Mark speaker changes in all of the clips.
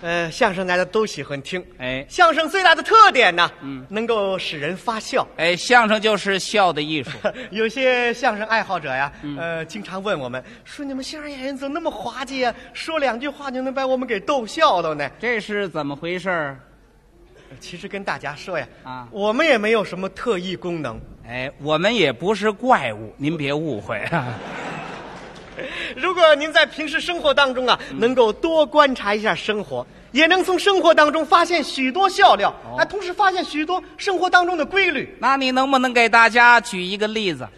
Speaker 1: 呃，相声大家都喜欢听。
Speaker 2: 哎
Speaker 1: 相声最大的特点呢，嗯，能够使人发笑。
Speaker 2: 哎，相声就是笑的艺术。
Speaker 1: 有些相声爱好者呀，
Speaker 2: 嗯
Speaker 1: 呃，经常问我们说：“你们相声演员怎么那么滑稽呀、说两句话就能把我们给逗笑了呢
Speaker 2: 这是怎么回事儿？？”
Speaker 1: 其实跟大家说呀，
Speaker 2: 啊
Speaker 1: 我们也没有什么特异功能，
Speaker 2: 哎，我们也不是怪物，您别误会 啊。
Speaker 1: 如果您在平时生活当中啊，
Speaker 2: 嗯
Speaker 1: 能够多观察一下生活，也能从生活当中发现许多笑料，
Speaker 2: 哦
Speaker 1: 啊，同时发现许多生活当中的规律。
Speaker 2: 那你能不能给大家举一个例子？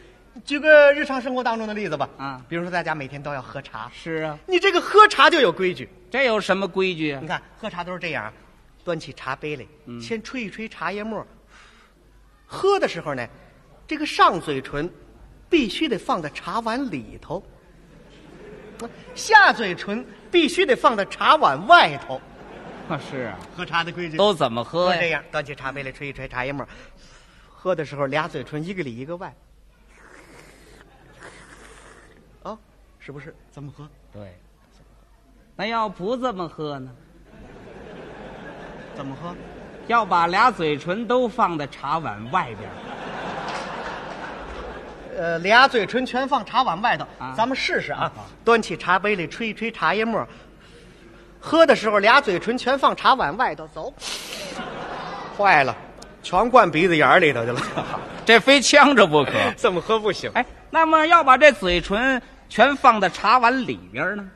Speaker 1: 举个日常生活当中的例子吧，
Speaker 2: 啊
Speaker 1: 比如说大家每天都要喝茶，
Speaker 2: 是啊，
Speaker 1: 你这个喝茶就有规矩。
Speaker 2: 这有什么规矩啊
Speaker 1: 你？看喝茶都是这样啊，端起茶杯来，先吹一吹茶叶沫儿。喝的时候呢，这个上嘴唇必须得放在茶碗里头，下嘴唇必须得放在茶碗外头。
Speaker 2: 啊是啊，
Speaker 1: 喝茶的规矩
Speaker 2: 都怎么喝
Speaker 1: 都
Speaker 2: 呀？
Speaker 1: 这样，端起茶杯来吹一吹茶叶沫儿，喝的时候俩嘴唇一个里一个外。啊，是不是？怎么喝？
Speaker 2: 对，那要不这么喝呢？
Speaker 1: 怎么喝？
Speaker 2: 要把俩嘴唇都放在茶碗外边儿。
Speaker 1: 呃，俩嘴唇全放茶碗外头，
Speaker 2: 啊
Speaker 1: 咱们试试啊。端起茶杯里吹一吹茶叶沫儿，喝的时候俩嘴唇全放茶碗外头，走。坏了，全灌鼻子眼儿里头去 了，
Speaker 2: 这非呛着不可。
Speaker 1: 这么喝不行。
Speaker 2: 哎，那么要把这嘴唇全放在茶碗里边儿呢？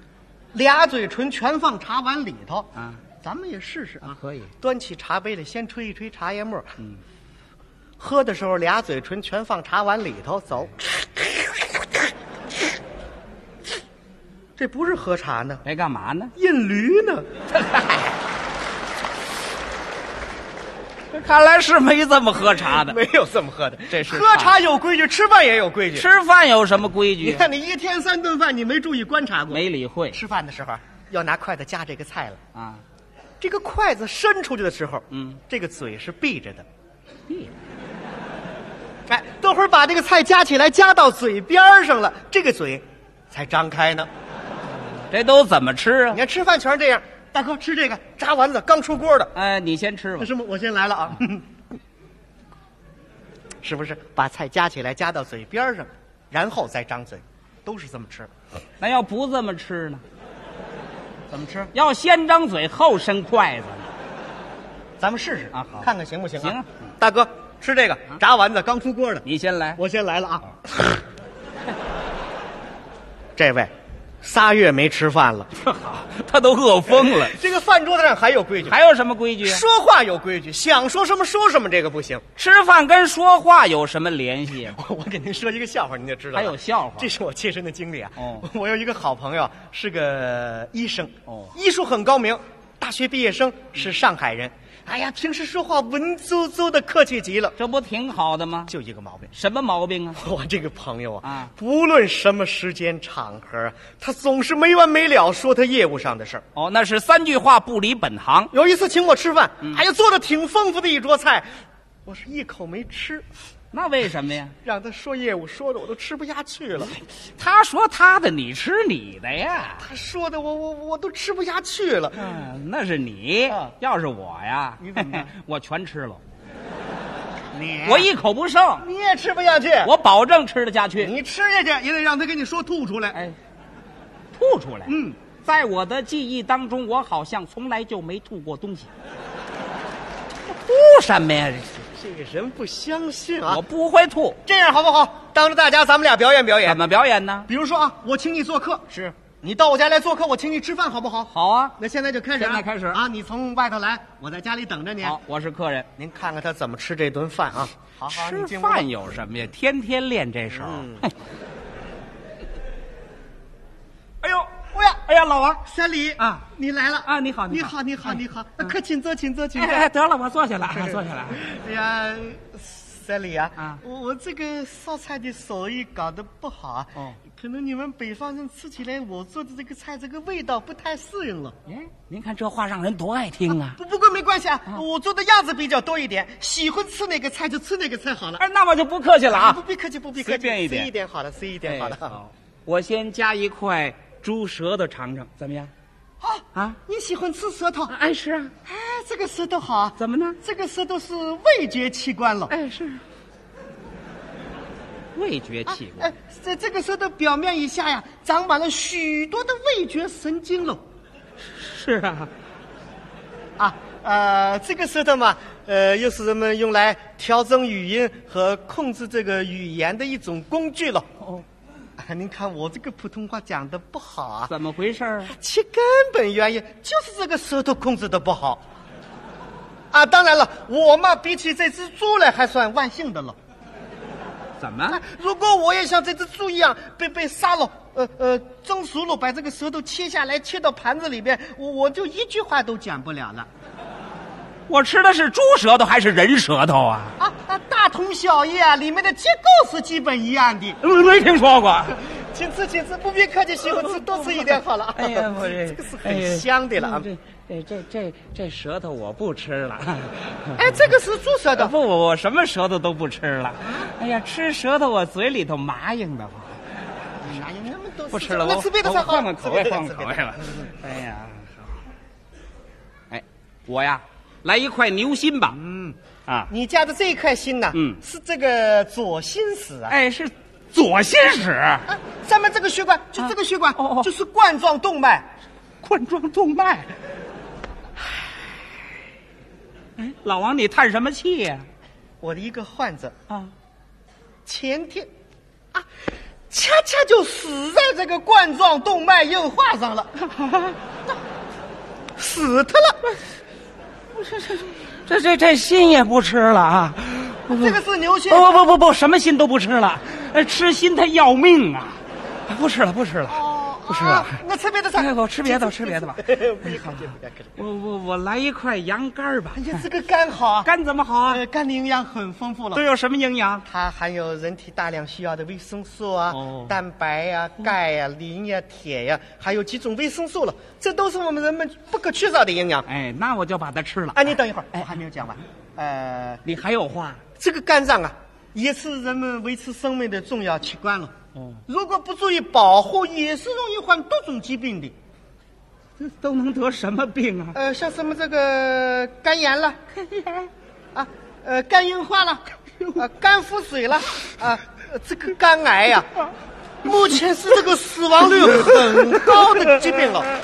Speaker 1: 俩嘴唇全放茶碗里头
Speaker 2: 啊，
Speaker 1: 咱们也试试啊。
Speaker 2: 可以。
Speaker 1: 端起茶杯来，先吹一吹茶叶沫儿。喝的时候俩嘴唇全放茶碗里头，走。这不是喝茶呢，
Speaker 2: 这干嘛呢？
Speaker 1: 印驴呢。
Speaker 2: 这看来是没这么喝茶的。
Speaker 1: 没有这么喝 的，
Speaker 2: 这是
Speaker 1: 喝茶有规矩，吃饭也有规矩。
Speaker 2: 吃饭有什么规矩
Speaker 1: 你
Speaker 2: 啊？
Speaker 1: 看你一天三顿饭，你没注意观察过。
Speaker 2: 没理会
Speaker 1: 吃饭的时候啊要拿筷子夹这个菜了，
Speaker 2: 啊？
Speaker 1: 这个筷子伸出去的时候，
Speaker 2: 嗯，
Speaker 1: 这个嘴是闭着的。
Speaker 2: 闭着
Speaker 1: 哎，等会儿把这个菜夹起来，夹到嘴边儿上了，这个嘴才张开呢。
Speaker 2: 这都怎么吃啊
Speaker 1: 你？看吃饭全是这样，大哥吃这个炸丸子，刚出锅的，
Speaker 2: 哎，你先吃吧
Speaker 1: 那。什么？我先来了啊， 是不是？把菜夹起来，夹到嘴边儿上，然后再张嘴，都是这么吃。
Speaker 2: 那要不这么吃呢？
Speaker 1: 怎么吃？
Speaker 2: 要先张嘴后伸筷子呢？
Speaker 1: 咱们试试
Speaker 2: 啊好
Speaker 1: 看看行不行啊？
Speaker 2: 行啊
Speaker 1: 大哥吃这个炸丸子，刚出锅的，
Speaker 2: 你先来。
Speaker 1: 我先来了啊。 这位，仨月没吃饭了。
Speaker 2: 好， 他都饿疯 了。
Speaker 1: 这个饭桌子上还有规矩，
Speaker 2: 还有什么规矩啊？
Speaker 1: 说话有规矩，想说什么说什么，这个不行。
Speaker 2: 吃饭跟说话有什么联系啊？
Speaker 1: 我给您说一个笑话，您就知道了。
Speaker 2: 还有笑话
Speaker 1: 这是我切身的经历啊。
Speaker 2: 哦
Speaker 1: 我有一个好朋友是个医生，
Speaker 2: 哦
Speaker 1: 医术很高明，大学毕业生，是上海人。哎呀，平时说话文绉绉的，客气极了，
Speaker 2: 这不挺好的吗？
Speaker 1: 就一个毛病。
Speaker 2: 什么毛病啊？
Speaker 1: 我这个朋友啊，
Speaker 2: 啊
Speaker 1: 不论什么时间场合，啊他总是没完没了说他业务上的事儿。
Speaker 2: 哦，那是三句话不离本行。
Speaker 1: 有一次请我吃饭，哎呀，做的挺丰富的一桌菜，我是一口没吃，
Speaker 2: 那为 什么呀？
Speaker 1: 让他说业务说的我都吃不下去 了。
Speaker 2: 他说他的，你吃你的呀。
Speaker 1: 他说的我我我都吃不下去了。
Speaker 2: 嗯，那是你。
Speaker 1: 啊
Speaker 2: 要是我呀，
Speaker 1: 你怎么办 哎
Speaker 2: 我全吃了，
Speaker 1: 你
Speaker 2: 我一口不剩，
Speaker 1: 你也吃不下去，
Speaker 2: 我保证吃得下去。
Speaker 1: 你吃下去也得让他给你说吐出来。
Speaker 2: 哎，吐出来。
Speaker 1: 嗯，
Speaker 2: 在我的记忆当中，我好像从来就没吐过东西。吐什么呀？这是
Speaker 1: 这个人不相信啊
Speaker 2: 我！不会吐，
Speaker 1: 这样好不好？当着大家，咱们俩表演表演
Speaker 2: 怎。么表演呢？
Speaker 1: 比如说啊，我请你做客，
Speaker 2: 是，
Speaker 1: 你到我家来做客，我请你吃饭，好不好？。
Speaker 2: 好啊。
Speaker 1: 那现在就开始啊，
Speaker 2: 现在开始
Speaker 1: 啊！你从外头来，我在家里等着你。
Speaker 2: 好，我是客人。
Speaker 1: 您看看他怎么吃这顿饭啊！好好，你
Speaker 2: 吃
Speaker 1: 进屋吧
Speaker 2: 饭有什么呀？天天练这手。嘿哎呦，
Speaker 1: 哎呀，
Speaker 2: 哎呀，老王，
Speaker 1: 三里
Speaker 2: 啊
Speaker 1: 你来了
Speaker 2: 啊你好
Speaker 1: 你
Speaker 2: 你
Speaker 1: 好，
Speaker 2: 好
Speaker 1: 你好，你好，那快请坐，请坐，请
Speaker 2: 哎
Speaker 1: 坐。
Speaker 2: 哎，得了，我坐下了，坐下了。
Speaker 1: 哎呀，三里啊，
Speaker 2: 啊
Speaker 1: 我我这个烧菜的手艺搞得不好啊，
Speaker 2: 哦
Speaker 1: 可能你们北方人吃起来我做的这个菜这个味道不太适应了。
Speaker 2: 哎，您看这话让人多爱听啊！
Speaker 1: 不
Speaker 2: 嗯
Speaker 1: 不过没关系啊，我做的样子比较多一点，喜欢吃哪个菜就吃哪个菜好了。
Speaker 2: 哎，那我就不客气了啊
Speaker 1: 不。必客气，不必客
Speaker 2: 随
Speaker 1: 气，
Speaker 2: 便一点
Speaker 1: 随意点
Speaker 2: 哎
Speaker 1: 好了，随意点好了。
Speaker 2: 我先加一块猪舌头尝尝，怎么样？
Speaker 1: 啊
Speaker 2: 啊
Speaker 1: 啊！你喜欢吃舌头？
Speaker 2: 爱吃啊？
Speaker 1: 哎，这个舌头好啊，
Speaker 2: 怎么呢？
Speaker 1: 这个舌头是味觉器官了。
Speaker 2: 哎，是味觉器官。
Speaker 1: 哎，这这个舌头表面以下呀，长满了许多的味觉神经了。
Speaker 2: 是啊，
Speaker 1: 啊，呃，这个舌头嘛，呃，又是人们用来调整语音和控制这个语言的一种工具了。
Speaker 2: 哦，
Speaker 1: 啊，您看我这个普通话讲的不好啊，
Speaker 2: 怎么回事儿？
Speaker 1: 其根本原因就是这个舌头控制的不好。啊，当然了，我嘛比起这只猪来还算万幸的了。
Speaker 2: 怎么？
Speaker 1: 如果我也像这只猪一样被被杀了，呃呃，蒸熟了，把这个舌头切下来，切到盘子里边，我我就一句话都讲不了了。
Speaker 2: 我吃的是猪舌头还是人舌头啊？
Speaker 1: 啊啊，大同小异啊，里面的结构是基本一样的。
Speaker 2: 没听说过。
Speaker 1: 请吃，请吃，不必客气，媳妇吃多吃一点好了。
Speaker 2: 哎呀，嗯 我
Speaker 1: 这个是很香的了啊。
Speaker 2: 这这哎这这这舌头我不吃了。
Speaker 1: 哎，这个是猪舌头
Speaker 2: 不，我我什么舌头都不吃了。哎呀，吃舌头我嘴里头麻硬的慌。
Speaker 1: 哪有那么多？
Speaker 2: 不吃了，
Speaker 1: 那
Speaker 2: 我
Speaker 1: 吃别的
Speaker 2: 我
Speaker 1: 菜好了
Speaker 2: 换换口味，换换口
Speaker 1: 吃别的
Speaker 2: 味。
Speaker 1: 吃别的
Speaker 2: 吧。哎呀，哎，我呀，来一块牛心吧。嗯啊，
Speaker 1: 你家的这一块心呐，
Speaker 2: 嗯
Speaker 1: 是这个左心室啊。
Speaker 2: 哎是左心室，
Speaker 1: 啊，上面这个血管，就这个血管，
Speaker 2: 哦哦
Speaker 1: 就是冠状动脉。
Speaker 2: 冠状动脉。哎，老王，你叹什么气呀、
Speaker 1: 我的一个患者
Speaker 2: 啊？
Speaker 1: 前天，啊，恰恰就死在这个冠状动脉硬化上 了，死他了。
Speaker 2: 这这这心也不吃了啊！
Speaker 1: 这个是牛心。
Speaker 2: 不不不不，什么心都不吃了，呃吃心它要命啊！不吃了，不吃了。
Speaker 1: 哦
Speaker 2: 不吃了
Speaker 1: 啊那吃别的
Speaker 2: 哎
Speaker 1: 菜。
Speaker 2: 我吃别的我吃别的吧
Speaker 1: 哎不要客气，不要客气。
Speaker 2: 我我我来一块羊肝儿吧。
Speaker 1: 哎呀，这个肝好啊，
Speaker 2: 肝怎么好啊？
Speaker 1: 呃，肝的营养很丰富了
Speaker 2: 都。有什么营养？
Speaker 1: 它含有人体大量需要的维生素啊、
Speaker 2: 哦
Speaker 1: 蛋白呀、钙呀、磷呀、铁呀、还有几种维生素了，这都是我们人们不可缺少的营养。
Speaker 2: 哎，那我就把它吃了。
Speaker 1: 啊，
Speaker 2: 哎
Speaker 1: 你等一会儿，我还没有讲完。呃，
Speaker 2: 你还有话？
Speaker 1: 这个肝脏啊，也是人们维持生命的重要器官了。
Speaker 2: 哦
Speaker 1: 如果不注意保护，也是容易患多种疾病的。
Speaker 2: 这都能得什么病啊？
Speaker 1: 呃，像什么这个肝炎了， 肝炎啊，呃，肝硬化了，啊，肝腹水了，啊，呃这个肝癌呀、目前是这个死亡率很高的疾病哦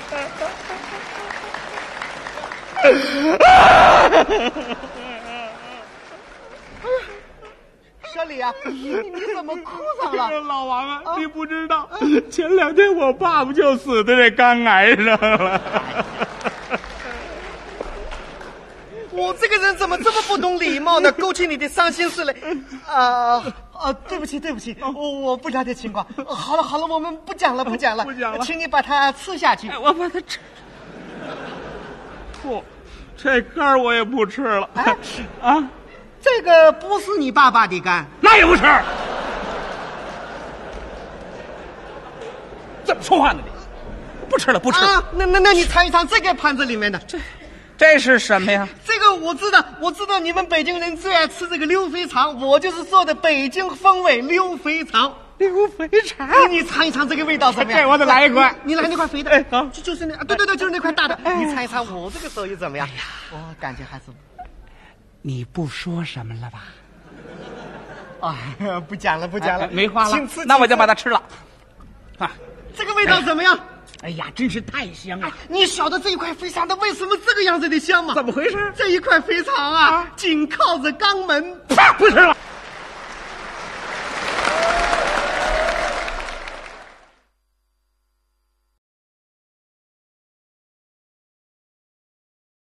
Speaker 1: 了。 小李啊，你你怎么哭上了？
Speaker 2: 老王啊，你不知道，前两天我爸爸就死在这肝癌上了。
Speaker 1: 我这个人怎么这么不懂礼貌呢？勾起你的伤心事来，啊、啊！对不起，对不起，
Speaker 2: 哦
Speaker 1: 我我不了解情况。呃好了好了，我们不讲了，不讲了，
Speaker 2: 哦不讲了
Speaker 1: 请你把它吃下去
Speaker 2: 哎，。我把它吃。不，这肝儿我也不吃了。啊，
Speaker 1: 这个不是你爸爸的肝，
Speaker 2: 那也不吃。怎么说话呢你？不吃了，不吃了。
Speaker 1: 啊，那那那你尝一尝这个盘子里面的，这
Speaker 2: 这是什么呀？
Speaker 1: 这个我知道，我知道你们北京人最爱吃这个溜肥肠，我就是做的北京风味溜肥肠。
Speaker 2: 牛肥肠
Speaker 1: 你尝一尝这个味道怎么样？
Speaker 2: 这啊哎我得来一块
Speaker 1: 你你来那块肥的，
Speaker 2: 哎好哎
Speaker 1: 就就是那，啊对对对，就是那块大的。你尝一尝我这个手艺怎么样？我感觉还是，
Speaker 2: 你不说什么了吧？
Speaker 1: 哎， 不讲了不讲了，
Speaker 2: 没话了
Speaker 1: 请吃，
Speaker 2: 那我就
Speaker 1: 请吃
Speaker 2: 把它吃了。啊，
Speaker 1: 这个味道怎么样？
Speaker 2: 哎呀，真是太香了！
Speaker 1: 你晓得这一块肥肠它为什么这啊个样子的香吗？
Speaker 2: 怎么回事？
Speaker 1: 这一块肥肠啊，紧靠着肛门。
Speaker 2: 啪，不吃了。